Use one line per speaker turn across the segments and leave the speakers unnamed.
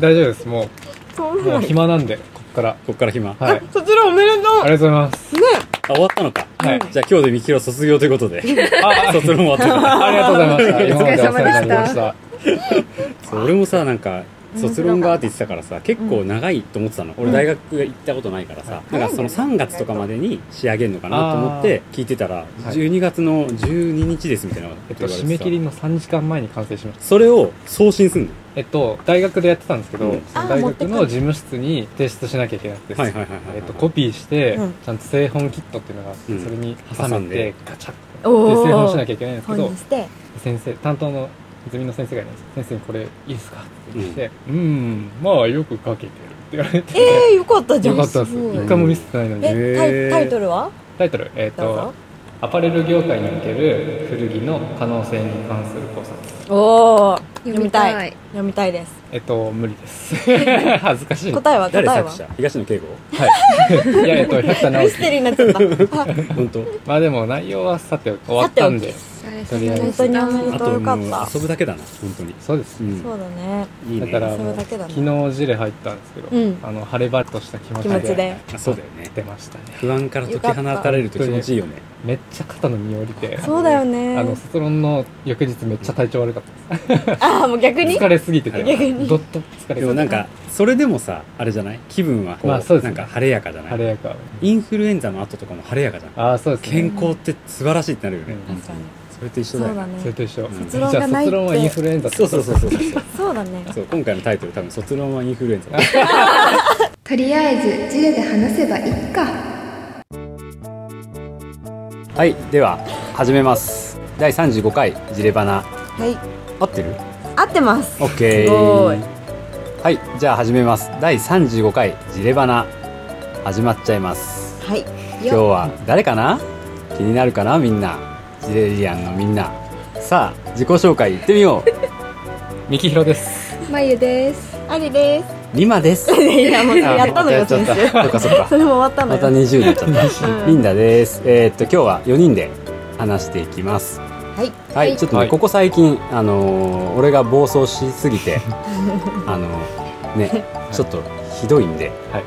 大丈夫ですも
そう
うも
な
うん
や
暇なんでこっから
こっから暇。あ、
はい
そちらおめでと
ありがとうございます
うね
終わったのか。
はい
じゃあ今日でミキロ卒業ということで。
あ
卒論終わったか
ありがとうございました今までお世話になり
お
ま
疲れ様で
し
した
ら。そう俺もさ、なんか、卒論がって言ってたからさ、結構長いと思ってたの。俺大学行ったことないからさ、なんかその3月とかまでに仕上げるのかなと思って聞いてたら、
ーはい
12月の12日ですみたいなこと
えっ
言
と
われてさ
締め切りの3時間前に完成しました
それを送信すんの。
えっと大学でやってたんですけど、
うん
その
あー
大
持って
学
くる
の事務室に提出しなきゃいけなくて
はいはいはいはいはい
えっとコピーして、
うん
ちゃんと製本キットっていうのがあって、
うん
それに
挟
挟
ん
め
で
てガチャッて
お
製本しな
ー
きゃいけないんですけ
本
ど
にして
先生担当の泉の先生がいるんです先生にこれいいですかって言って「うん、んまあよく書けてる」って言われて、
えーよかったじゃん
よかったです
ごい
一回もミスってないのに
えタイタイトルは
タイトルえっ、
どう
と
ぞ
「アパレル業界における古着の可能性に関する考察」
おお読
読
み
み
た
た
い
い
読みたいです
えっと無理です 恥ずかしい
答えは答
誰
え
作
は
者東野圭吾
はいいやえっと百田直
ミ
樹
ステリーになっちゃ ったあ
本当
まあでも内容はさておき終わったんでとりあえず
本
本当
当
に
に
お
お
め
め
で
で
あ
と
と
と
よかっ
もう
た
遊ぶだけだな、本当に。
そうです
うん
そうだね
いいね。
だから
それだけだね
昨日ジレ入ったんですけど、
うん
あの晴れ晴れとした気持ち
気持ち
で
で
あそうだよね。
出ましたね
不安から解き放たれると気持ちいいよね。
めっちゃ肩の荷降りて
そうだよね
あの卒論の翌日めっちゃ体調悪かったです
ああもう逆に
疲れすぎてて
逆
に
どっと疲れ
でもなんかそれでもさあれじゃない気分はこう,、
まあそうです
な
ね
んか晴れやかじゃない
晴れやか
インフルエンザの後とかも晴れやかじゃん
ああそうですね
健康って素晴らしいってなるよね、
うん
確かに
それと一緒
そう
だよ
だ
ね
ね
それと一緒
うん
卒論がないって
じゃあ卒論はインフルエンザって
そ
こ
う
と
そうそうそうそう
そうだね
そう今回のタイトル多分卒論はインフルエンザ
とりあえずジレで話せばいいか
はいでは始めます第35回「ジレバナ
はい」
合ってる
合ってます
オッケー
すごい
はいじゃあ始めます第35回「ジレバナ」始まっちゃいます
はい
今日は誰かな気になるかなみんなジレリアンのみんなさあ自己紹介いってみよ う
三木ひろです
まゆです
ありで
リマです
す いやもうやったの
あ
よ
また
先
やっちゃっ
生
たそっかそっ
そ
か
れも終わったの
ま
よ
た20になっちゃった、
うん
リンダですえーっと今日は4人で話していきますは
はい
い、
はい
ちょっとね、
はい
ここ最近あのー俺が暴走しす ぎてあのーねちょっとひどいんで
はい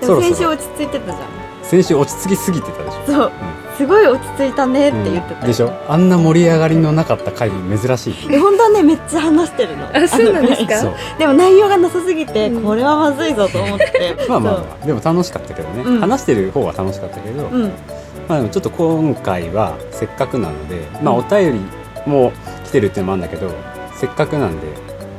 で
そろ
も
そろ
先週落ち着いてたじゃん
先週落ち着きすぎてたでしょ
そうすごい落ち着いたねっ
うん
て言ってた
でしょあんな盛り上がりのなかった回珍しい
え本当はねめっちゃ話してるの
あそうなんです
そう
か
でも内容がなさすぎて、
うん
これはまずいぞと思って
まあまあまあでも楽しかったけどね、
うん
話してる方は楽しかったけ
そ
ど、
ううん
まあでもちょっと今回はせっかくなので、まあお便りも来てるっていうのもあるんだけどせっかくなんで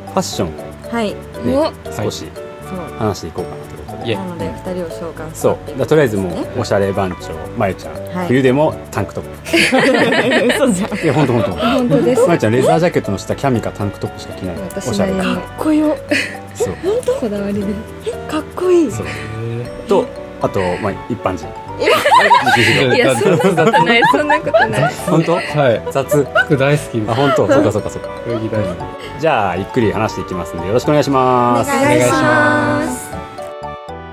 ファッション
はい
を
お
ね少し
そう
話していこうかなってことで、
イエ
なので二人を召喚
そうだからとりあえずも
ね
うおしゃれ番長まゆちゃん、
はい
冬でもタンクトップ
そうじゃんか
いやほんとほんと
本当 です
まゆちゃんレザージャケットの下キャミかタンクトップしか着ない
私
おしゃれ
なり
か
っ
に
こよ
そう
こだわりです
かっこいい
そう
え
とあと、まあ、一般人
ー
いやそんなことないそんなこと ない
本当
はい
雑
服大好きで
あ
す
本当そうかそうかそうか
泳ぎ大好き
じゃあゆっくり話していきますんでよろしくお願いし
お
ます
願いし
ま
ます
す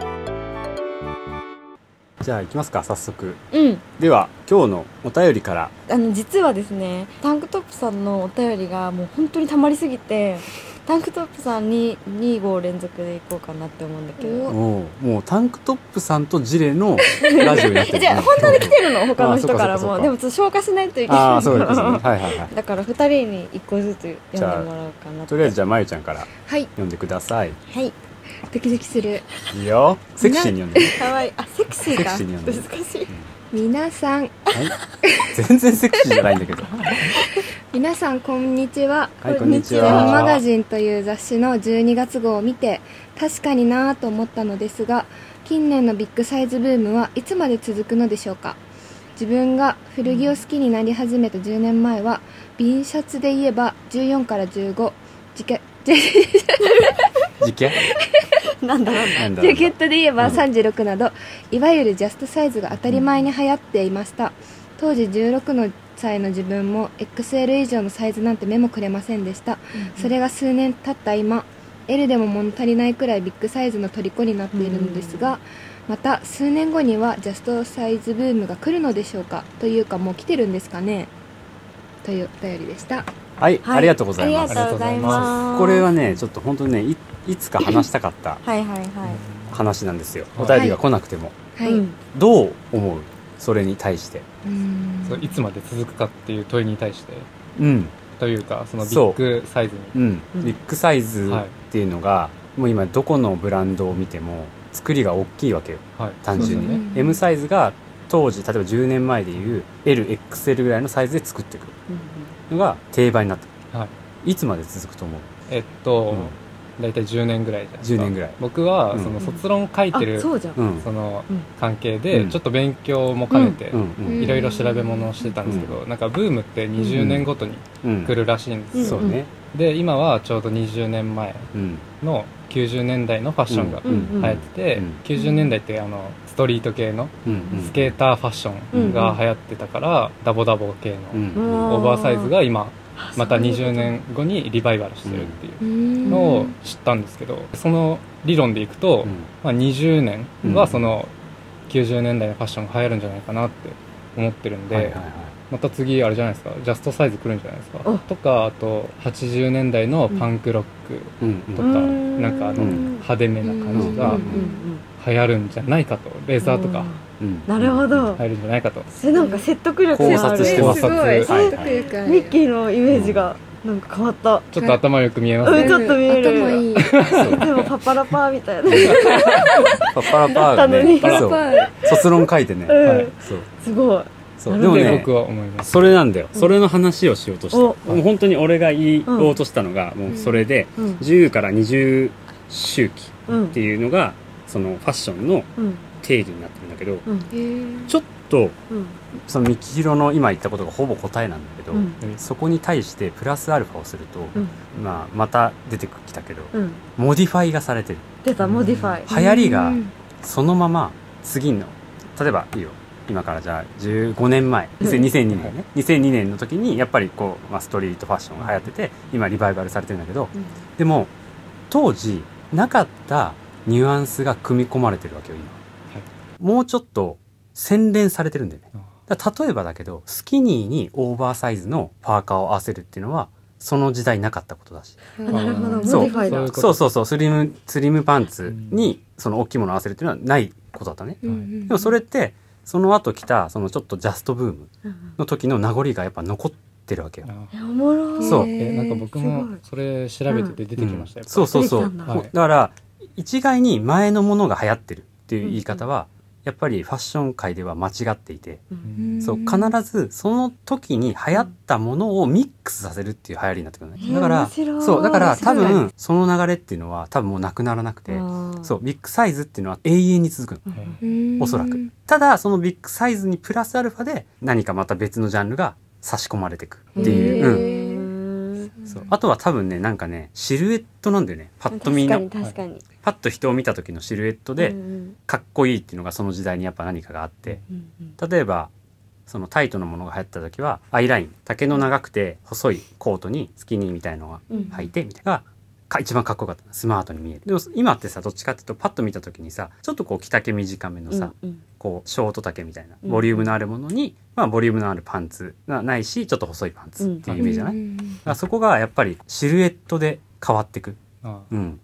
じゃあ行きますか早速
うん
では今日のお便りから
あの実はですねタンクトップさんのお便りがもう本当にたまりすぎてタンクトップさんに2号連続でいこうかなって思うんだけど
お
もうもうタンクトップさんとジ レのラジオになって
え
る
じゃあ本当に来てるの他の人から
あそうかそうかそう
も
か
でもちょっと消化しないといけない
ああーそうですねはいはいはい
だから2人に1個ずつ読んでもらおうかなって
とりあえずじゃあまゆちゃんから
はい
読んでください
はい
ドキドキする
いいよセクシーに読んで、
かわいいあセクシーか
セクシーに読んでる
難しい
皆さん
はい、全然セクシーじゃないん だけど
皆さんこんにちは
はいこんにち
ウェブマガ
は
ジンという雑誌の12月号を見て確かになぁと思ったのですが近年のビッグサイズブームはいつまで続くのでしょうか自分が古着を好きになり始めた10年前は B シャツで言えば14から15ジケ ジェ
事件
なんだろう
なんだ
ジ
ろう
ャケットで言えば
うん
36などいわゆるジャストサイズが当たり前に流行っていました当時16の歳の自分も XL 以上のサイズなんて目もくれませんでしたそれが数年経った今 L でも物足りないくらいビッグサイズの虜になっているのですがまた数年後にはジャストサイズブームが来るのでしょうかというかもう来てるんですかねというお便りでした
はい、
はい
ありがとうございます
ありがとうございます。
これはねちょっと本当にねいいつか話したかった
はいはいはい。
話なんですよ
は
お
い
便りが来なくても、
はい、
うん
どう思うそれに対して
うん
そういつまで続くかっていう問いに対して
うん
というかそのビ
そう
ッグサイズに
うん
うん
ビッグサイズっていうのが、もう今どこのブランドを見ても作りが大きいわけよ
はい
単純に、
そうですよね
うん
M サイズが当時例えば10年前でいう LXL ぐらいのサイズで作っていくのが定番になった、、
はい
つまで続くと思う
えっと、
う
大体10年ぐらいじゃないです
10
か
年ぐらい
僕は、
うん
その卒論書い
あ
てる、
そうじゃん。
う
うん
ん
その
うん
関係で、
うん
ちょっと勉強も兼ねて、
うん
うん
いろいろ調べ物をしてたんですけど、なんかブームって20年ごとに
うんうん
来るらしいんですよ、
そうね
で今はちょうど20年前
うん
の90年代のファッションが
うん
流行ってて、
うんうん
90年代ってあのストリート系の
うん
スケーターファッションが流行ってたから、ダボダボ系
う
の
ん
うん
オーバーサイズが今
あ
また
そういうこと
20年後にリバイバルしてるっていううんのを知ったんですけどその理論でいくと、
うん
まあ、20年
うん
はその90年代のファッションが流行るんじゃないかなって思ってるんで、
はいはいはい
また次あれじゃないですかジャストサイズ来るんじゃないですか
お
とかあと80年代のパンクロック
うん
とか、
うん
うん
なんかあの
うん
派手めな感じ
うんう
が
んうん
流行るんじゃないかとレザーとか
うん
なるほど
流。行るんじゃないかと
それなんか説得力があ
考察
る。
して
え
ますす
ごい
考察
説得力ある
ミッキーのイメージがなんか変わった。
ちょっと頭よく見えます
う
ね、
んちょっと見える
頭いい
でもパパラパーみたいな。
パッパラパーが
だっ
ね
たのに
そう
パラ
卒論書いてね
うん
はい
そう
すごい。
そうでも
で
ね
僕は思います
それなんだよそれの話をしようとした
お
もう本当に俺が言おうとしたのがもうそれで
うん
10から20周期
うん
っていうのがそのファッションの
うん
定義になってるんだけど
うん
えー
ちょっと
うん
そのミキヒロの今言ったことがほぼ答えなんだけど
うん
そこに対してプラスアルファをすると
うん
まあまた出てきたけど
うん
モディファイがされてる
出たモディファイ。
流行りが
うん
そのまま次の例えばいいよ今からじゃあ15年前2002年ね2002年の時にやっぱりこう、まあ、ストリートファッションが流行ってて今リバイバルされてるんだけど
うん
でも当時なかったニュアンスが組み込まれてるわけよ今、
はい
もうちょっと洗練されてるんだよね
あ
だから例えばだけどスキニーにオーバーサイズのパーカーを合わせるっていうのはその時代なかったことだし
あなるほどモデ
そう
ィファイ
そういう
だ
こ。と
そうそうそうスリムスリムパンツにその大きいものを合わせるっていうのはないことだったね
うんうん
でもそれってその後来たそのちょっとジャストブーム
うん
の時の名残がやっぱ残ってるわけよ
あ
えおもろい。
そう
えなんか僕
すごい
もそれ調べてて出てきました
う
よ
ん、そうそうそう
出てきたんだ
もうだから一概に前のものが流行ってるっていう言い方は、やっぱりファッション界では間違っていて、
う
う
んん
そう必ずその時に流行ったものをミックスさせるっていう流行りになってくるのねだか
えー
ら
面白い
そうだから
面白
多
い
分その流れっていうのは多分もうなくならなくて
あー
そうビッグサイズっていうのは永遠に続くの
はい
うん
おそらくただそのビッグサイズにプラスアルファで何かまた別のジャンルが差し込まれていくっていう、
へ
う
ー
ん、
うん
そうあとは多分ねなんかねシルエットなんだよねパッと見の
確かに確かに。
パッと人を見た時のシルエットで
うん
かっこいいっていうのがその時代にやっぱ何かがあって
うんうん
例えばそのタイトなものが流行った時はアイライン丈の長くて細いコートにスキニーみたいのが
うん
履いてみたいなのがか一番かっこよかったスマートに見えるでも今ってさどっちかっていうとパッと見た時にさちょっとこう着丈短めのさ、
うんうん
こうショート丈みたいな
うん
ボリュームのあるものに、まあ、ボリュームのあるパンツがないしちょっと細いパンツっていうイメージじゃない、
うん
だからそこがやっぱりシルエットで変わってく、
あ
うん、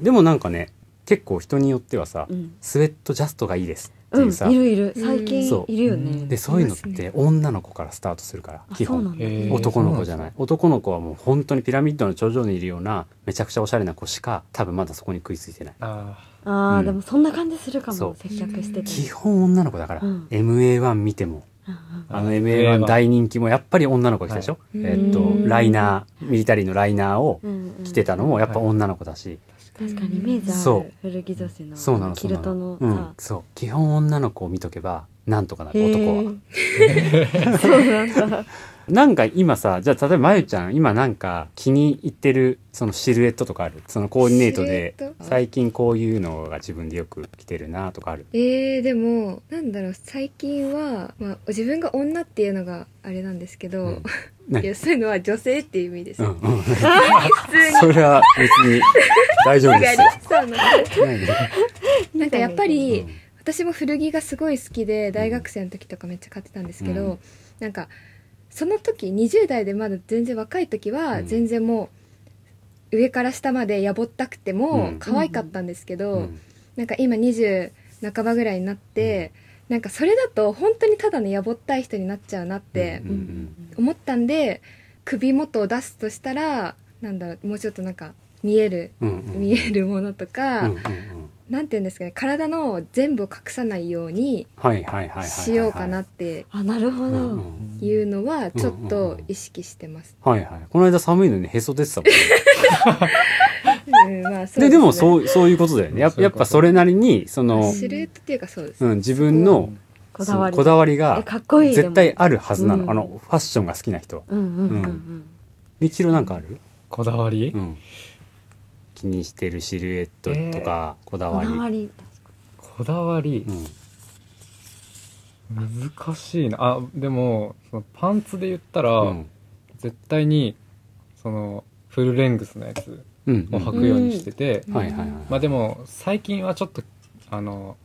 でもなんかね結構人によってはさ、
うん
スウェットジャストがいいですって
う
い
ん
うさ、
いるいる最近
そう
いるよね
でそういうのっ
います
て女の子からスタートするから
あ
基
そうな
本
んだ
へー
男の子じゃない男の子はもう本当にピラミッドの頂上にいるようなめちゃくちゃおしゃれな子しか多分まだそこに食いついてない
あ
あ
う
あ
ん
でもそんな感じするか
そ
も
う
接客してて
基本女の子だから、
うん
MA1 見ても
うん
あの
あ
MA1 大人気もやっぱり女の子でしたでしょ、
い
えっと
うん
ライナーミリタリーのライナーを
うんうん
着てたのもやっぱ女の子だし、
確かにイメージあ
そ
る古着女子の
そうなのそ
キ
うな
ル
の
トの
うん
さ、
そう基本女の子を見とけばなんとかなる男は。
はそうなんだ
なんか今さ、じゃあ例えばまゆちゃん、今なんか気に入ってるそのシルエットとかあるそのコーディネートで
シルエッ、ト
最近こういうのが自分でよく着てるなとかある。
えー、でもなんだろう最近は、まあ、自分が女っていうのがあれなんですけど、
うん何
いやそういうのは女性っていう意味です、
うんう ん。
普通に
それは別に大丈夫です よ。
そうなん です
何
なんかやっぱ
う
り、
ん
私も古着がすごい好きで大学生の時とかめっちゃ買ってたんですけど、
うん
なんかその時20代でまだ全然若い時は
うん
全然もう上から下までやぼったくて
う
も
ん
可愛かったんですけど、
うん
なんか今20半ばぐらいになって、なんかそれだと本当にただのやぼったい人になっちゃうなって
うんうん
思ったんで首元を出すとしたらなんだろうもうちょっとなんか見える
うんうん
見えるものとか、
うんうんうん
なんて言うんですかね体の全部を隠さないように
はいはいはいはいはいはい
しようかなって
あなるほ
う
ど、
んうん
いうのはちょっと意識してます。
はいはいこの間寒いのにへそ出てたもん
うんまあそう
ででも
う
そうそういうことだよねやっ
そうい
や
う
っ
こと
ぱそれなりにその、
シルエットっていうかそうです、
うん、自分の
こだわり
こだわり
え
が
かっこいいでも
絶対あるはずなの、
うん
あのファッションが好きな人は
うんうんうんう
うんみちろなんかある、
こだわり、
うん、気にしてるシルエットとかこだ
こ
わり、
だわり
こだわり
う、ん、
難しいなあでもそのパンツで言ったら、
うん
絶対にそのフルレングスのやつ
うん
を履くようにしてて、
うん
はいはいはい、
まあでも最近はちょっとあの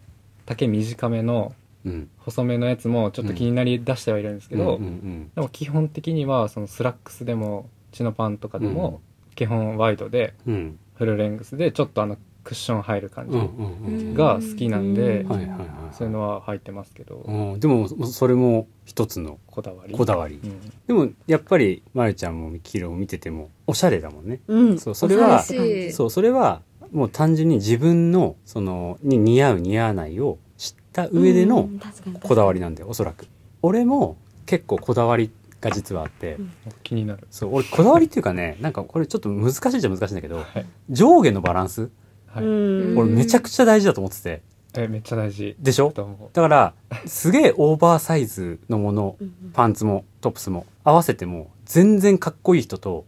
丈短めの
うん、
細めのやつもちょっと気になりだしてはいるんですけど、
うんうん
でも基本的にはそのスラックスでもチノパンとかでも基本ワイドで
うんうん
フルレングスでちょっとあのクッション入る感
うんうん
じ
うん
が好きなんで、
うん
はいはいはい
そういうのは入ってますけど、
うんでもそれも一つの
こだわり
こだわり
うん
でもやっぱりまるちゃんもみきろも見ててもおしゃれだもんね
うん
そうそれは
おしゃれって感じ
そうそれはもう単純に自分のそのに似合う似合わないを知った上で
う
の
ん確かに
こだわりなんだよおそらく俺も結構こだわりが実はあって、
うん
気になる、
そう俺こだわりっていうかねなんかこれちょっと難しいじゃ難しいんだけど
はい
上下のバランス
はい
うん
俺めちゃくちゃ大事だと思ってて
えめっちゃ大事
でしょ
だと思
だからすげえオーバーサイズのもの
うんうん
パンツもトップスも合わせても全然かっこいい人と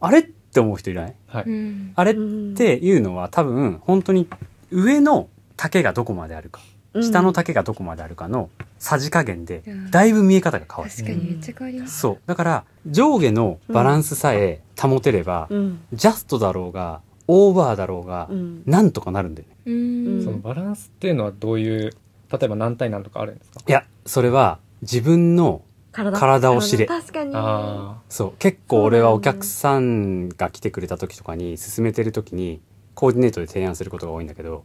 あれって思う人いないう
はい、
うん
あれっ
うん
ていうのは多分本当に上の丈がどこまであるか下の丈がどこまであるかのさじ加減で
うん
だいぶ見え方が変わる
確かにめっちゃ変わります、
そうだから上下のバランスさえ保てれば
うん
ジャストだろうがオーバーだろうが
うん
なんとかなるんだよね
うん
うん
そのバランスっていうのはどういう例えば何対何とかあるんですか
いやそれは自分の
体
体を知れ
確かに
あ
そう結構俺はお客さんが来てくれた時とかに勧めてる時にコーディネートで提案することが多いんだけど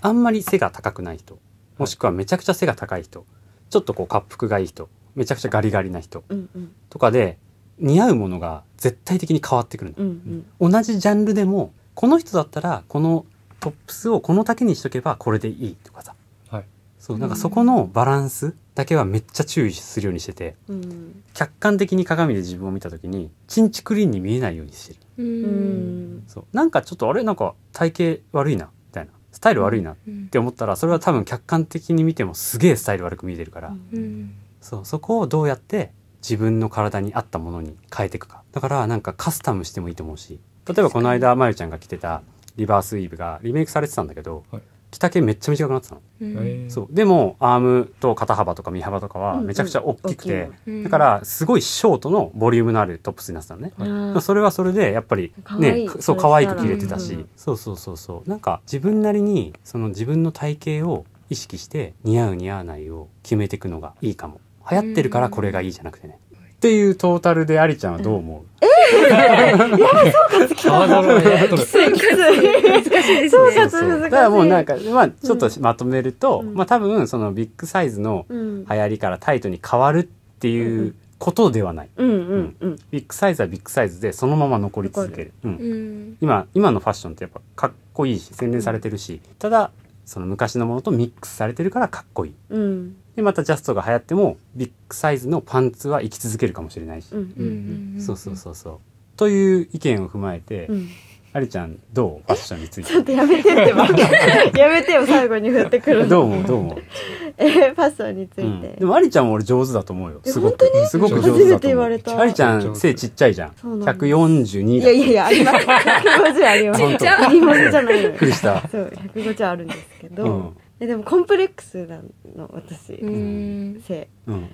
あんまり背が高くない人もしくはめちゃくちゃ背が高い人ちょっとこう滑腹がいい人めちゃくちゃガリガリな人
うんうん
とかで似合うものが絶対的に変わってくるんだ
うんうん
同じジャンルでもこの人だったらこのトップスをこの丈にしとけばこれでいいとかさ、
はい
そうなんかそこのバランスだけはめっちゃ注意するようにしてて
うん
客観的に鏡で自分を見た時にチンチクリンに見えないようにしてる
う
うんん
そうなんかちょっとあれなんか体型悪いなみたいなスタイル悪いなっ
うん
て思ったらそれは多分客観的に見てもすげえスタイル悪く見えてるから、
うん
そうそこをどうやって自分の体に合ったものに変えていくかだからなんかカスタムしてもいいと思うし例えばこの間まゆちゃんが着てたリバースウィーブがリメイクされてたんだけど、
はい
着丈めっちゃ短くなってたの、
う
ー、
ん
えー
そうでもアームと肩幅とか身幅とか
うん
は
うん
めちゃくちゃ大きくて、
大き
うん
だからすごいショートのボリュームのあるトップスになってたのね、
い
まあそれはそれでやっぱり
可
ね
愛い
かそう
それ
可愛
した
く
ら
着れてたし、
うんうん
そうそうそうそうなんか自分なりにその自分の体型を意識して似合う似合わないを決めていくのがいいかも流行ってるからこれがいいじゃなくてね、っていうトータルでありちゃんはどう思う、
ハードルが上がっとる
難しいです
そう
ね
そう
そう
難しい
だからもうなんかまあちょっとまとめると、
うん
まあ多分そのビッグサイズの
うん
流行りからタイトに変わるって
う
いうんことではない、
うんうんうん
ビッグサイズはビッグサイズでそのまま残り続ける、うん
うん
今今のファッションってやっぱかっこいいし洗練されてるし、ただその昔のものとミックスされてるからかっこいい
うん
でまたジャストが流行ってもビッグサイズのパンツは生き続けるかもしれないし、
うんうんうん
そうそうそうそうという意見を踏まえて、
うん
ありちゃんどうファッションにつ い
ちょってとやめてってばやめてよ最後に振ってくる
どう
の
思うどう思う、
えーファッションにつ
う
い
ん
て
でもありちゃんは俺上手だと思うよ
え
すご
本
くすごく上手だと思う
初めて言われた
ありちゃん背ちっちゃいじゃん
そうなんです
142
い
だ
やいやいやあり ます150あります
ちっちゃ
150じゃないのよ
びっくりした
そう150あるんですけど、
うん
えでもコンプレックスなの私、
うん
性
うんうんうん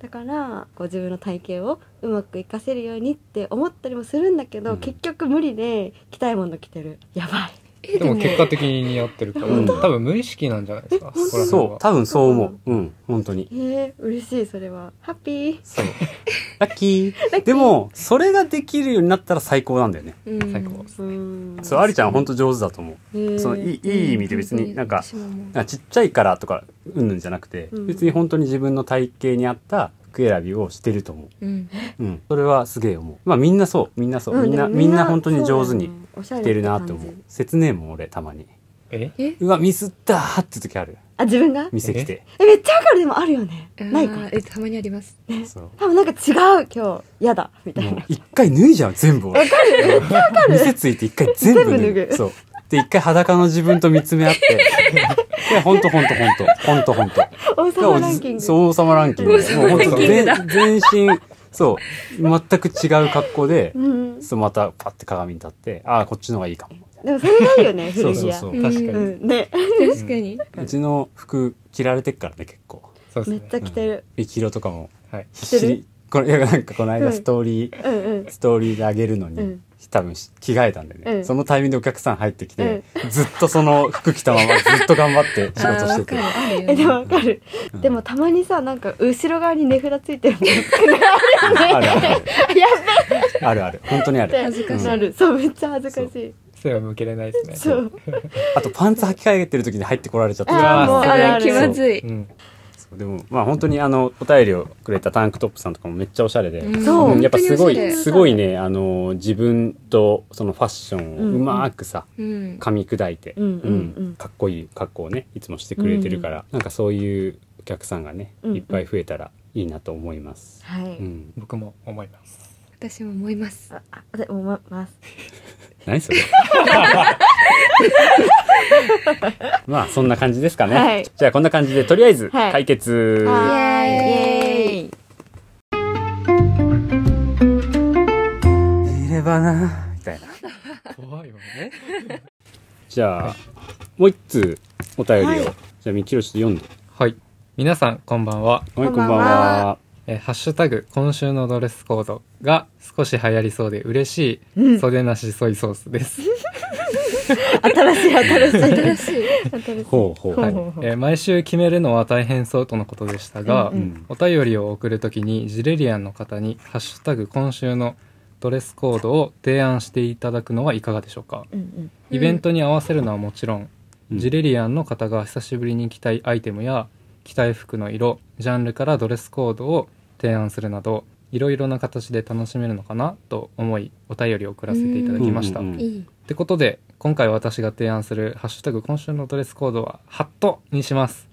だからこう自分の体型をうまく活かせるようにって思ったりもするんだけど、
うん
結局無理で着たいもの着てるやばい
え
でも結果的に似合ってるから、
うん
多分無意識なんじゃないですか。
え本当
こら辺
そう
は
多分そう思ううん本当に
えー、嬉しいそれはハッピー
そうラッキーでもそれができるようになったら最高なんだよね
うん
最高
うん
そうありちゃん本当上手だと思う
えー
そのいいいい意味で別になんか
私も思う
なんかちっちゃいからとかうんぬんじゃなくて、
うん
別に本当に自分の体型に合った服選びをしてると思
うん
う、うん、それはすげえ思うまあみんなそうみんなそう、
う
みんな
でも
みんな本当に上手に
そうだよね
着てるなと
おしゃれ
思う
な感じ
説明もん俺たまに
え
うわミスったーって時ある
あ自分が
店来て
えめっちゃわかるでもあるよねない
あ
か
ーえたまにあります
そう
多分なんか違う今日嫌だみたい
もう
な
一回脱いじゃん全部わかる店ついて一回全部脱ぐ
全部脱ぐ
そうで一回裸の自分と見つめ合っていやほんとほんとほんとほんとほんと
王様ランキング
そう、王様ランキング。もう本当全全身、そう、全く違う格好で、
うん
そう、またパッて鏡に立って、ああ、こっちの方がいいかも。
でもそれないよね
そ
古
う
着
そう
屋
そう
確かに。
う
うんね
確かに
うちの服、着られてっからね、結構。
そう
め
で
っ
す
ちゃ
ね。
着てる
黄色とかも、
はい。
必死
着て
に、この、いや、なんかこの
う
間
ん
ストーリー、
うんうん
ストーリーであげるのに、
うん
多分し着替えたんでね、
うん
そのタイミングでお客さん入ってきて、ずっとその服着たままずっと頑張って仕事してて
あーわかるあるよね
えでもわかる
うん
でもたまにさなんか後ろ側に値札ついてるもんや
あるある ある
べえ
あるある本当にあ
っ
る
て
恥ずかしい
なるそうめっちゃ恥ずかしい
背は向けれないですね。
そう。
あとパンツ履き替えてる時に入ってこられちゃった
あーもうあるある
それは気まずい
うん。
そうでもまあ本当にあのお便りをくれたタンクトップさんとかもめっちゃおしゃれで、
うん
そう
うんやっぱすご
本
い
当におしゃれ
すごいねあの自分とそのファッション
うん
をうまくさ、
うん
噛み砕いて、
うんうんうん
かっこいい格好をねいつもしてくれてるから、なんかそういうお客さんがね
うんうん
いっぱい増えたらいいなと思います。
は
うん
い
僕も思います。
私も思います
ああで思います
何それ まあそんな感じですかね、
はい
じゃあこんな感じでとりあえず
はい
解決、
は
イエ
イエーイ
いればなみたいな
怖いわね。
じゃあ、もう一通お便りを、
はい
じゃあみきろちょっと読んで
はい。皆さん、こんばんは。
はい
こんばんは
えーハッシュタグ、今週のドレスコードが少し流行りそうで嬉し
う
い、
ん
袖なしソイソースです。
新しい新しい
新しい
新しい
ほうほう、
は
はいいえー毎週決めるのは大変そうとのことでしたが、
うん
うん
お便りを送るときにジレリアンの方に「ハッシュタグ今週のドレスコード」を提案していただくのはいかがでしょうか
うんうん
イベントに合わせるのはもちろん、
うん
ジレリアンの方が久しぶりに着たいアイテムや着たい服の色ジャンルからドレスコードを提案するなどいろいろな形で楽しめるのかなと思いお便りを送らせていただきました。
うんうんうん
いい
ってことで今回私が提案する「ハッシュタグ今週のドレスコードはハット」にします、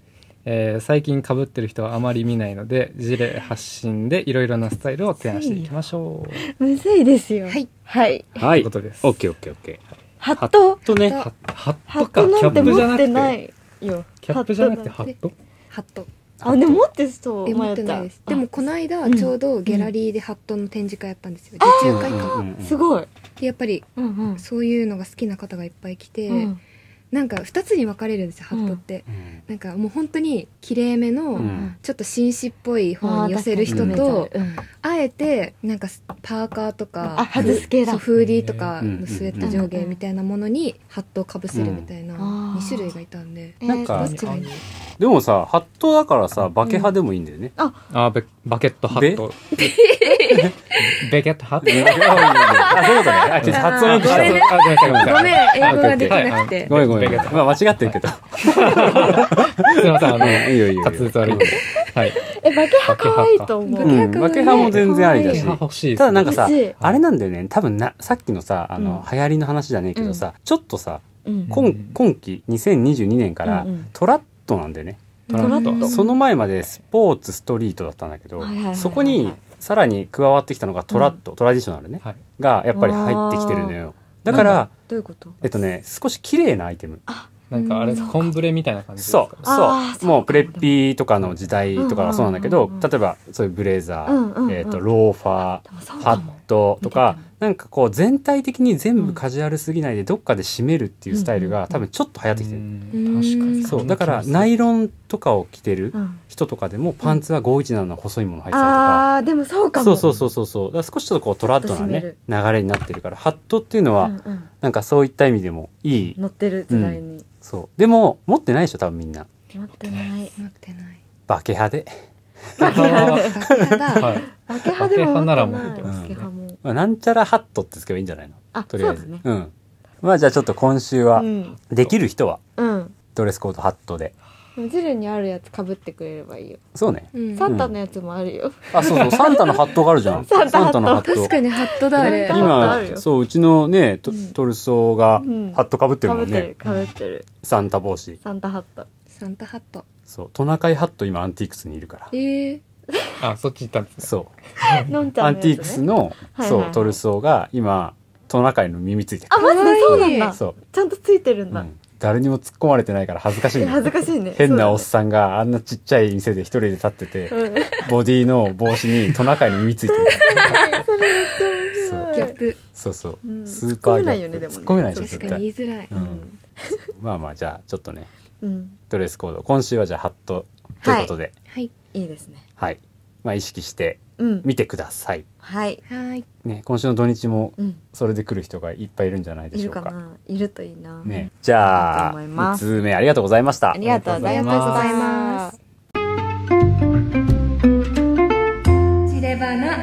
えー最近かぶってる人はあまり見ないので事例発信でいろいろなスタイルを提案していきましょう
むずいですよ
はい
はい
は
という
い
こ
オ
とです
ッケーオッケーオッケ
ハ
ー
ット
とね
ハ
ハッハ
ハ
ッ
ッ
トか
ト
キ
な
ャ
んて
ップじゃ
持
な
っ
く
て
て
ないよ
キャップじゃなくてハ
ハッ
ット
ハット
トなんてあでも持ってそう
え持
迷
っ
ってた
ないですでもこの間
ん
ちょうどギャラリーでハットの展示会やったんですよ
ー
で中華
うんうんうん
あすごい
でやっぱり
うんうん
そういうのが好きな方がいっぱい来て、
うん
なんか2つに分かれるんですよハットって、
うん
なんかもう本当にきれいめの、
うん
ちょっと紳士っぽい方に寄せる人
あー確かに
と
うん
あえてなんかパーカーとか
あ外す系だ
そうフーディーとかのスウェット上下みたいなものにハットをかぶせるみたいな
うんあー
2種類がいたんで、
えー
なんか
どっちがいい
でもさハットだからさバケ派でもいいんだよね、
あベバケットハット ベケットハット
あそういうことねあちょっと発音よくした
あ
ごめんね
あごめんなさいごめんなさい
ごめん英語ができ
はい
なくて、
ごめんごめ
ベ
ん
ケット
まあ間違ってるけど
すいませんあの
いいよいいよ
滑舌悪いんではい
えバケハ可愛いと思
バ
う
ケ
うん
ハ可愛
バ
い
ケハも全然ありだし
バケハ欲しいですね
ただなんかさ
欲しい
あれなんだよね多分なさっきのさあの、
う
流行りの話じゃねえけどさ、ちょっとさ
うん
こ
今今期2022年から
うんうん
トラットなんだよね、
トラッ
うん
ト
その前までスポーツストリートだったんだけど
はいはいはいはい
そこにさらに加わってきたのがトラット、トラディショナルね
はい
がやっぱり入ってきてるのよだから
どういうこと
えっとね少し綺麗なアイテム
なんかあれ
うん
コンブレみたいな感じですか
そう
あー
そうもうプレッピーとかの時代とかはそうなんだけ
うんう
ど
んうんうん
例えばそういうブレザー、
うんうんうん
えっとローファー
でもそう
ハ
か
ッ
も
トとかなんかこう全体的に全部カジュアルすぎないでどっかで締めるっていうスタイル
うんうん
が多分ちょっと流行ってきてる、
うん確かに
そうだからナイロンとかを着てる
うん
人とかでもパンツは517の細いもの入ってたりとか、
あーでもそうかも
そうそうそうそうそうだから少しちょっとこうトラッドな
ちょっ
ね流れになってるからハットっていうのは
んん
なんかそういった意味でもいい、
乗ってる時代に
そうでも持ってないでしょ多分みんな
乗ってない
持ってない
バケ派で、
バケ 派で
バケ派だ
はい
バケ派でも乗っ
バケ派
てない
なら持って
ますね
バケ派も
まあ、なんちゃらハットってつけばいいんじゃないの
あそ
と
う
りあえ
だ
ず
ね
んまあじゃあちょっと今週は、
うん
できる人は
うん
ドレスコードハットで
でもジルにあるやつかぶってくれればいいよ
そうね
うん
サンタのやつもあるよ
あそう そうサンタのハットがあるじゃ ん
サンタハット
のハット
確かにハットだあれ
サンタハットあるよ
今そううちのねト
うん
トルソーが
うん
ハットかぶってる
かぶ
も
っ
ん
て
ね
る、かぶってる
サンタ帽子
サンタハット
サンタハット
そうトナカイハット今アンティークスにいるから
ええ
あそっち行ったんですね
そう
のんち
ア
ゃん
ン
の
ティー
や
ク
つ
ス
ね
の、
はい
そ
はいうはい
トルソーが今トナカイの耳ついてる
あマジでそうなんだ
あ
そ
ちゃんとついてるん
う、う
だ
ん、誰にも突っ込まれてないから恥ずかしいん
え
だよ
恥ずかしいね
変なおっさんがあんなちっちゃい店で一人で立ってて、
そうだね
ボディの帽子にトナカイの耳ついてるそう
ギャップ
そうそう、
うん
スーパ
突っ込
ーギャップ
めないよねでもね
突っ込めないでしょ
確
絶
か
対
に言いづらい
うんまあまあじゃあちょっとね
うんうん
ドレスコード今週はじゃあハットということで
はい
いいですね
はい、まあ意識して
うん
みてください
はい
はい
ね今週の土日も
うん
それで来る人がいっぱいいるんじゃないで
い
し
る
ょうか
かないるといいな
ね、じゃ
いい
あ
と思いま
2
す
通目ありがとうございました
ありがとうございます
ありがとうございます知ればな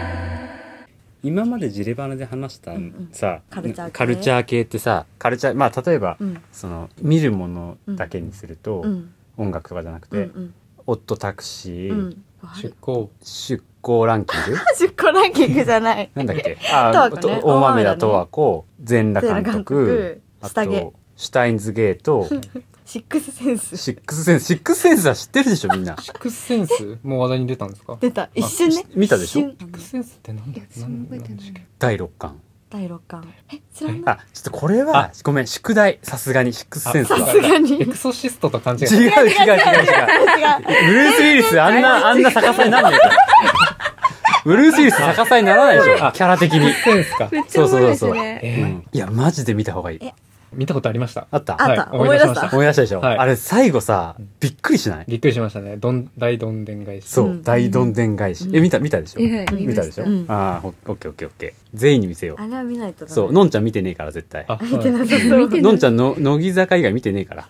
今までジレバナで話した、
うんうん
さ
カルチャー系
カルチャー系ってさカルチャーまあ例えば、
うん
その見るものだけにすると、
うん
音楽とかじゃなく
うん
て、
うん
オットタクシー、
うんわか
出
る
向
出向ランキ ング
10個ランキングじゃ ない
なんだっ けあ
十和子ね大豆
と大豆田
田
十和子全裸監督あ
下着
とシュタインズゲー ト
シックスセンス
シックスセンスシックスセンスは知ってるでしょみ んな
シックスセンスもう話題に出たんですか
出た一瞬ね
し見たでしょ
一
シック
瞬
スセンスって何だ
いや私も覚えてない
何
第6巻
第6巻え知らない
あちょっとこれはごめん宿題さすがにシックスセンス
さ
は
すがに
エクソシストと勘違
違
いう
違う違う違うブルース・ウィリスあんなあんな逆さになんねえからブルース・ウィリス逆さにならないでしょあキャラ的に
センスか
めっちゃおもろいです
そうそうそう
ね
え
う
ー
んいやマジで見た方がいい
え
見たことありました
あった
あった
はい思い出しまし
思い出
た
し
思い出したでしょ、
はい
あれ最後さびっくりしない
びっくりしましたねどん大どんでん返し
そう、
うん
大どんでん返し、え見た見たでしょ、
いやいや
見たでしょ、
見ました
ああほオッケーオッケーオッケー全員に見せよ
あれは見ないと
うそうのんちゃん見てねえから絶対
あ
見てな
はい
さそう
のんちゃんの乃木坂以外見てねえから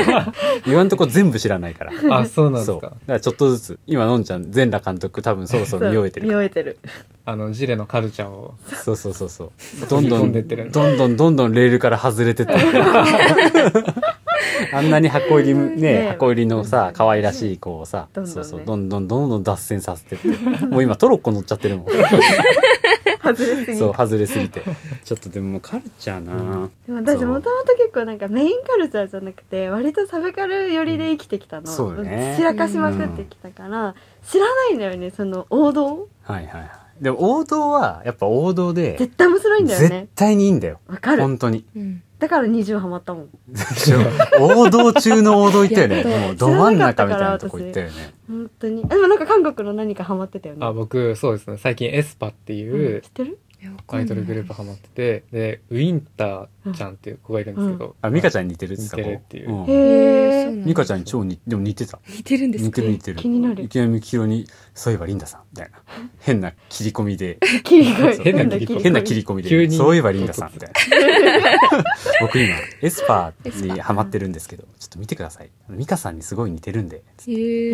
今んとこ全部知らないから
あそうなんで
そう
す
だ
か
からちょっとずつ今のんちゃん全裸監督多分そろそろ見終えてる
見
から
終えて る
あのジレのカルチャーを
そうそうそうそう
ど
どん
ん
ど
ど
ん
ん
ど
出
ん
てる
どんどんどんレールから外れてったあんなに箱入りね
ね
箱入りのさ可愛らしい子をさ
どんどんね
そうそうどんどんどんどん脱線させてってもう今トロッコ乗っちゃ ってるもん
外れすぎ
そう外れすぎてちょっとでももうカルチャーな
でも私
そう
もともと結構なんかメインカルチャーじゃなくて割とサブカル寄りで生きてきたの
そうよね
散らかしまくってきたから、知らないんだよねその王道
はいはいはいでも王道はやっぱ王道で
絶対面白いんだよ
絶
ね
対にいいんだよ
わかる
本当に
うん
だから20ハマったもん
王道中の王道行ったよね
いや
もうど真ん中みたいなとこ行ったよね
本当にあでもなんか韓国の何かハマってたよね
あ僕そうですね最近エスパっていう、
うん知ってる
いやわ
ア
かんない
イドルグループハマっててでウィンターちゃんっていう子がいるんですけど、
あ美香ち
ゃん
ゃんに似てるって言ってた
似てる
子
っていう
うん
へ
へえ
え
そうなんだ
ミカちゃんに超似でも似てた
似てるんですか
似てる似てる
気になる
池上清にそういえばリンダさんみたいな変な切り込みで
切り替え
変な切り込み
変な切り込み
急
で
に
そういえばリンダさんみたいな僕今エスパーにハマってるんですけどちょっと見てくださいミカさんにすごい似てるんで
へえ
へ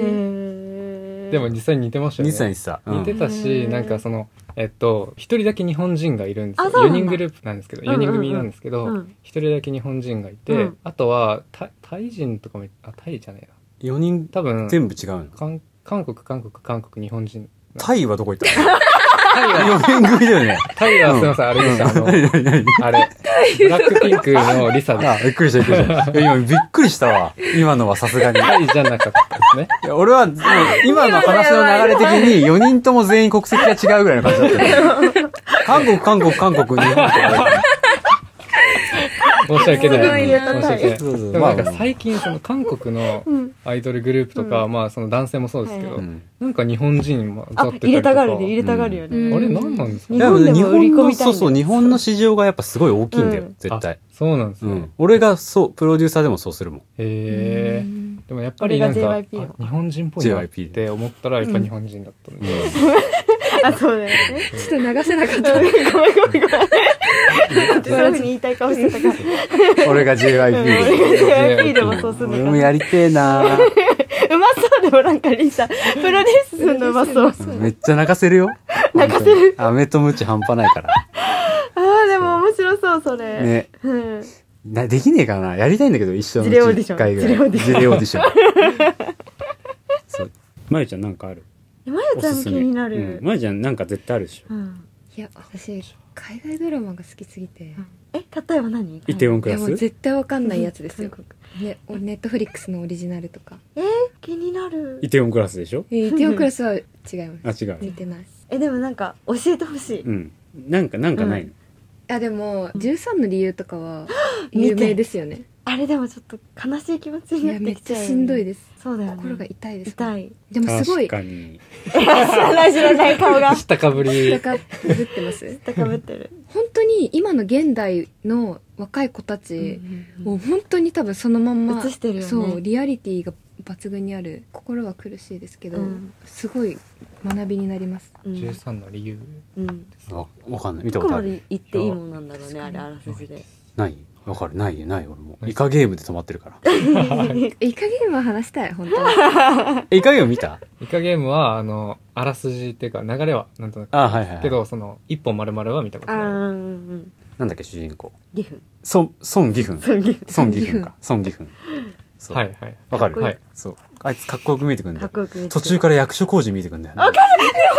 え
でも実際に似てましたよ
似
ね
てた似てたうん
似てたし、
うん
なんかそのえっと一人だけ日本人がいるんです
あ
よ
そうな
4
んだ
人グループなんですけど
うんう
4
んうん
人組なんですけど、
うん
一人だけ日本人がいて、
うん
あとはタイタイ人とかもいあタイじゃないな
4人
多分
全部違うの
韓韓国韓国韓国日本人
タイはどこ行ったの4人組だよね
タイはすいません、あれでしたあのあれブラックピンクのリサ
あ
で
びっくりしたびっくりしたいや今びっくりしたわ今のはさすがに
タイじゃなかったですね
いや、俺は、もう今の話の流れ的に、4人とも全員国籍が違うぐらいの感じだったよ。韓国、韓国、韓国、日本とか。
申し訳
すご
ないい。
入れ
申
た
し訳ない。
そうそう
でもなん
ま
か
あ
最近その韓国の
うん
アイドルグループとか、
うん
まあその男性もそうですけど、
は
うん
なんか日本人も
あ
って
入れたがるね入
ね。
れたがるよ
うん
ね、
あれ何なんですか
日
い
ね
や
本でも
日本の
売り込みたいんだ
そうそう、日本の市場がやっぱすごい大きいんだよ、
うん
絶対
あ。そうなんですね。
うん。俺がそう、プロデューサーでもそうするもん。
へえ。でもやっぱりなんか
俺が
あ
JYP の
日本人っぽいなって思ったらやっぱ日本人だったんで、
あそうだよね
ちょっと流せなかった。
ごめんごめんごめんそういうふうに言いたい顔してたから
俺が JYP で。
JYP でもそうする
俺
の
も
か
やりてえなー
うまそうでもなんかリサプロデュースするのうまそう
めっちゃ泣かせるよ。泣かせる。飴とムチ半端ないから。
あーでも面白そうそれ、
ね。
うん、
なできねえかなやりたいんだけど、一緒のう
ジレオー
ち
ディショ
一
ン
回ぐらい。
ジレオーディション
ジレオーディショ ン。そう。まゆちゃんなんかある
まやちゃん気になる、
まゆちゃんなんか絶対あるでし
う
ょ。
ん
いや、私、海外ドラマが好きすぎて。
え例えば何
イテウォンク
で
ラ
も
ス
絶対わかんないやつですよ
韓。国
ね、おネットフリックスのオリジナルとか。
え気になる
イテウォンクラスでしょ
えー、イテオンクラスは違いま
あ、
す。
違う。
見てない。
えでもなんか教えてほしい、
うん。なんか、なん
かないの
あ、でも、13の理由とかは
見て
有名ですよね。
あれでもちょっと悲しい気持ち
い
にな
や、
っ
め
て
っ
きち
ち
ゃ
ゃ
う、
しんどいですす。
そうだよね
心が痛いです。
痛い
でもすごい、
に。
知らない知らない顔が
知ったかぶ り
高ぶってます。
高ぶってる、
本当に今の現代の若い子たちを本当に多分そのまんま、
映してるよね
そう、リアリティが抜群にある。心は苦しいですけど、
うん
すごい学びになります。
うん
13の理由
うん
わわかんない。見た
ど
こ
こと
あ
ま
る
で。行っていいもんなんだろうねあれあらすじで
ないわかる。ないよ、ないよ俺も。イカゲームで止まってる から。
イカゲームは話したい、本当に。
えイカゲーム見た
イカゲームはあのあらすじっていうか流れはなんとなく
あ、はいはいはい。
けどその一本丸々は見たこ
あ
と
ー
ない
うんうん
なんだっけ、主人公。
ギフ
孫、孫義憤。
そうギフ
孫義憤か。孫義憤。そう
はい。はい
わかる
かっこいいはい
そう。あいつかっこよく見えてくんだ
かっ
よ。
こよく見えて
途中から役所工事見えてくんだよね。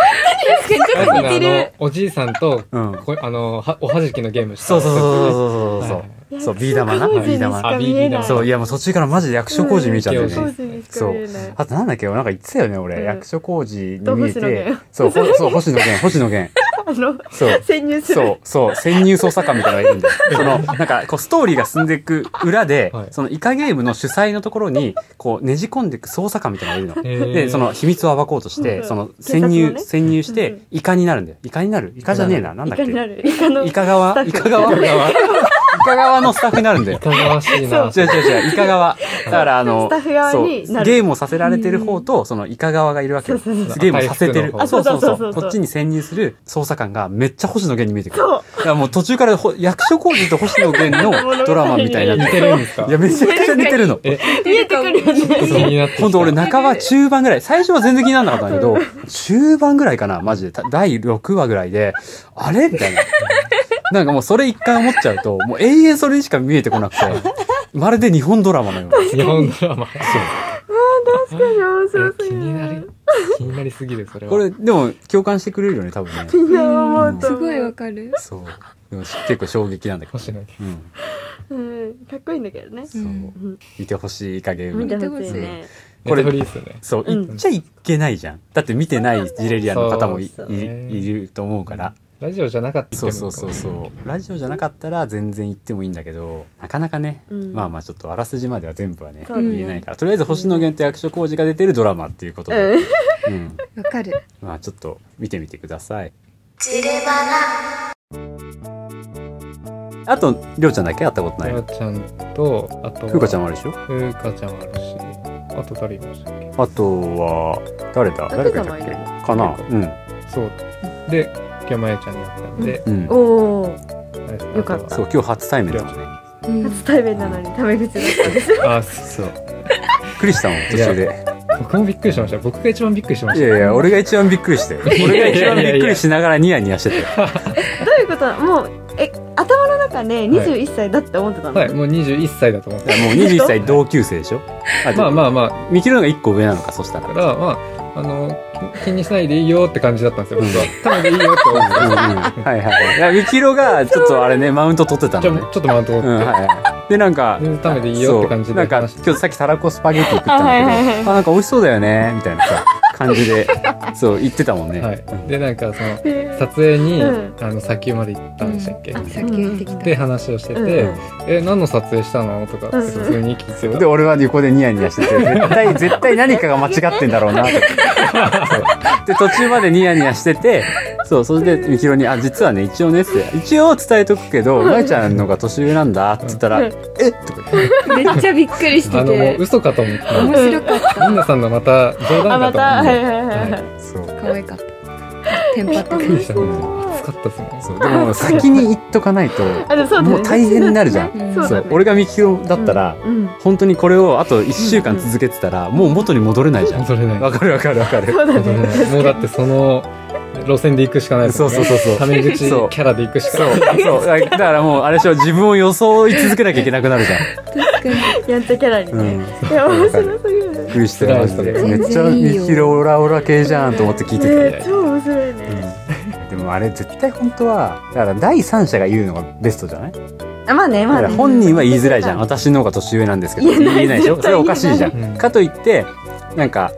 あれです
似てる
ねあのおじいさんと、
うん
こあのはおはじきのゲームした
そうそうそうそうそう
は
そ
いは
う。そう、ビー玉な。
工
ビ
事にし
ー玉。
か見えない
あ
そう、いやもう途中からマジで役所工事見えちゃって
う
る
ん
ね。
工事にしか
そう
見えない
あとなんだっけなんか言ってたよね、俺。
うん
役所工事に見え
と星野
て
源。
そう、ほそう、星野源、星 野源。
あの
そう。
潜入する
そう、そう、潜入捜査官みたいなのがいるんだよ。その、なんか、こう、ストーリーが進んでいく裏で、
はい
その、イカゲームの主催のところに、こう、ねじ込んでいく捜査官みたいなのがいるの。
へー
で、その、秘密を暴こうとして、
うん
その、
警察
潜
のね
入、潜入し
う
て
ん、
イカになるんだよ。イカになるイカじゃねえな。なん
イ
だっ
カ
け
になるイカの
イカ側イカ側イカ側イカ側のスタッフになるんだ
い
よ
い。かがわしいな
違う違う違う、イカ側。だからあの、
スタッフ側に
そう
なる
ゲームをさせられてる方と、そのイカ側がいるわけよ。
そうそうそう
ゲームをさせてる
あ。
そうそうそ
そうそう
う。
そう
こっちに潜入する捜査官がめっちゃ星野源に見えてくる。
そう
だからもう途中からほ役所工事と星野 源のドラマみたいにな
似
って
てるんですか
いや、めちゃくちゃ似てるの。
え
見えてくるよね
気になってきた
本当俺半ば中盤ぐらい、最初は全然気にならなかったんだけど、中盤ぐらいかな、マジで。た第6話ぐらいで、あれみたいな。なんかもうそれ一回思っちゃうと、もう永遠それにしか見えてこなくて、まるで日本ドラマのような。
日本ドラマ
確かに面白
え
す
気
ぎ
にな
る
り気になりすぎるそれは
これでも共感してくれるよね多分ね
みんな思うと
す
思う
ごいわかる。
そうでも結構衝撃なんだけど、
星野源
うん、
うんかっこいいんだけどね
そう、
ん
見てほしいかゲー
見
ム
てほしいね
ネ
こ
ッ
れ
トフリーっすよね
そう
うん
言っちゃいけないじゃんだって見てないジレリアンの方もい
そう
い
ね
いると思うから
ラジオじゃなかった
そうそうそうそうラジオじゃなかったら全然言ってもいいんだけどなかなかね、
うん
まあまあちょっとあらすじまでは全部はね
そうね
言えないからとりあえず星野源と役所広司が出てるドラマっていうことで、うん、
わかる。
まあちょっと見てみてくださいあとりょうちゃんだけ会ったこと
ふ
ないの
うかちゃんとあと
ふうかちゃん
も
もあるでしょ
ふうかちゃんもあるしあと誰いましたっけ
あとは誰だ誰がいたっけかなう
そうで今日まやちゃんに会ったんで、
ん、うん、
おお
あれ
よかった
そう今日初対面だもんね
うん
初対面なのにタメ口だったんです
あそう
そうクリスタも途中で
僕もびっくりしました僕が一番びっくりしま
い
した
やいや俺が一番びっくりして俺が一番びっくりしながらニヤニヤしてたよ
どういうことなのもうえ頭の中で21歳だって思ってたの、
はいもう21歳だと思って
もう21歳同級生でしょ
まあま
あ
あま
見切るのが1個上なのかそした
あだ
ら
からまああの気気にしないでいいよって感じだったんですよ僕は多分でいいよって思って
うんうんはいはいいやみきろがちょっとあ れねマウント取ってた
じゃ
の
あ
ね
ちょっとマウント取って
うんはいはいでなんか
全然食べていいよって感じで
そうなんか
話し
今日さっきたらこスパゲッティ食ったんだけど
はいはいはいはい
あなんか美味しそうだよねみたいなさ感じでそう言ってたもんね、
は
う
い、
ん
でなんかその
え
撮影に、
うん
あの砂丘まで行ったんでしたっけ、
あさっき言ってきた、
で話をしてて「
うん
え何の撮影したの?」とかって普通に聞いて
そうで俺は横でニヤニヤして て絶対絶対何かが間違ってんだろうなとそうで途中までニヤニヤしててそうそれでみひろに「あ実はね一応ね」って「一応伝えとくけどまゆちゃんのが年上なんだ」って言ったら「
うん
えっ?」とか言って
めっちゃびっくりして
あのもう
て
嘘かと思った
面白かった
みんなさんのまた冗
あ
談か
ま
と
た
思っ
はい
て
はいはいはい
そう
可愛かったテンパって
びっくりした
うん
暑かったですね
そうでも先に言っとかないと
あでもそうだね
もう大変になるじゃん
そうだね
そう俺がみひろだったら、
うん
本当にこれをあと1週間続けてたら、もう元に戻れないじゃん
戻れない
わかるわかるわかる
そうだね
もうだってその路線で行くしかないですもんね
そうそうそうそう
タメ口キ
そう
ャラで行くしか
そ
な
う
い
そうだからもうあれでしょ自分を装い続けなきゃいけなくなるじゃん
確かに
やんちゃキャラにね
うん
いや面白すぎる
びっくりしてマジで
全
めっちゃ
然いいよ
みひろオラオラ系じゃんと思って聞いてた、
ね超面白いね
うんでもあれ絶対本当はだから第三者が言うのがベストじゃない
あまあねま
だ
あ
から
ね
本人は言いづらいじゃん私の方が年上なんですけど
言えない
言えないでしょそれおかしいじ
絶対
ゃ
言えなんい
かといってなんか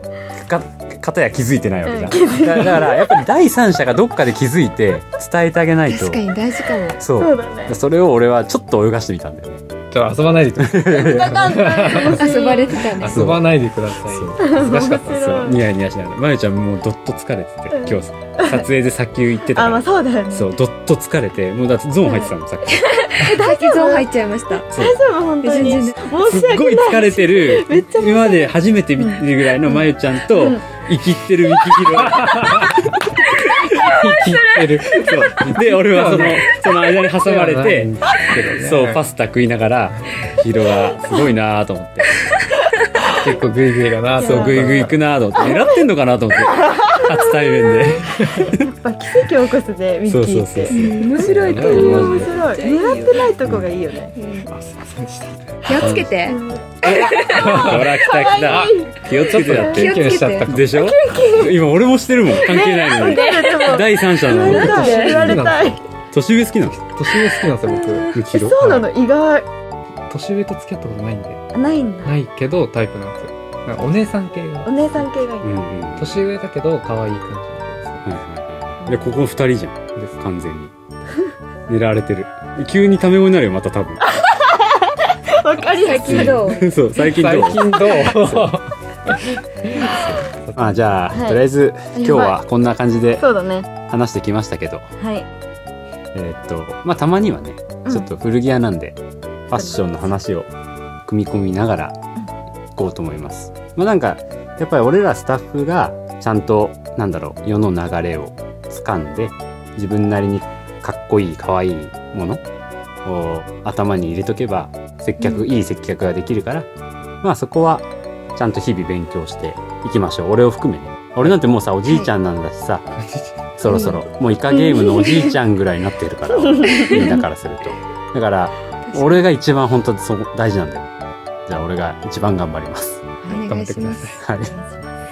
か片や気づいてないわけじゃんだだからやっぱり第三者がどっかで気づいて伝えてあげないと
確かに大事かも
そ
そう
う
だね
それを俺はちょっと泳がしてみたんだよね
ちょっと遊ばないでください
わかんない
遊ばれてたね
遊ばないでください
そう
恥ずかしかったです
面白い
よ
ニヤニヤしながらまゆちゃんもうどっと疲れてて
うん
今日さ撮影で砂丘行ってた
あ
か
まあ
ら
そうだよね
そうどっと疲れてもうだってゾーン入ってたもんさっき
大丈夫入っちゃいました
そう
大丈夫本当に
全
申し
然
すっご
訳
い
ない
疲れてる
めっちゃ
今まで初めて見るぐらいのまゆちゃんと
うん
生きってるミキヒロ
切ってる
そうで俺はそのその間に挟まれてそうパ
ス
スタ食いながらヒロはすごいなと思って
結構グイグイだな
そうグイグイ行くなと思って狙ってんのかなと思って初対面で
やっぱ奇跡を起こすねミッキ
そうそ
ー
う
っ
そう
て
そう
面
白
白
い
い
と
と
思
思
う
う
面白い狙ってないとこがいいよね
あすいませんでした
気をつけて
ほら来た来た 気をつけてだっ
キュ
て
ンキュンしちゃったかも
でしょ今俺もしてるもん関係ないのに
ねでも
第三者な
言われ
の
たい言われたい
年上好きなの
年上好きなんですよ僕
ヒロ
そうなの意外
年上と付き合ったことないんで
ないんだ
ないけどタイプなんですよなんかお姉さん系が
お姉さん系がいい
うんうんはい
年上だけど可愛い感
はいはいでここ二人じゃん
じの子ですです
完全に狙われてる急にタメ語になるよまた多分
わかりやすい
先ど う
そう最近どう
最近 ど う
あじゃあ、
はい
とりあえず今日はこんな感じで
そうだね
話してきましたけど
はい
えーっとまあたまにはね
うん
ちょっと古着屋なんで、ファッションの話を組み込みながら行こうと思います。まあなんかやっぱり俺らスタッフがちゃんとなんだろう世の流れを掴んで自分なりにかっこいいかわいいものを頭に入れとけば接客、いい接客ができるからまあそこはちゃんと日々勉強していきましょう俺を含めね俺なんてもうさおじいちゃんなんだしさ、そろそろ、もうイカゲームのおじいちゃんぐらいになってる からみんなからするとだから俺が一番本当そう大事なんだよじゃあ俺が一番頑張ります
お
頑張
願
っ
い
て
し
くだ
ま
さ
す
い
はい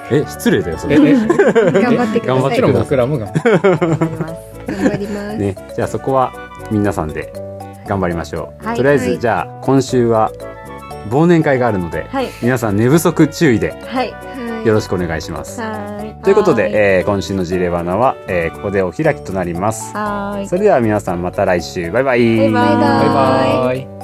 え失礼だよそ
え
れ
え
頑張ってく
頑
も
張っ
ださ
ち
い
ろ
頑
ん僕らもが
張ります、
ねじゃあそこは皆さんで頑張りましょう、
はい
とりあえず、
はい
じゃあ今週は忘年会があるので、
はい
皆さん寝不足注意で
はい
はい
よろしくお願いします、
はい
ということで
え、
えー今週のジレバナは、えーここでお開きとなります
はーい
それでは皆さんまた来週バイバイ
バイバイ
バイバイ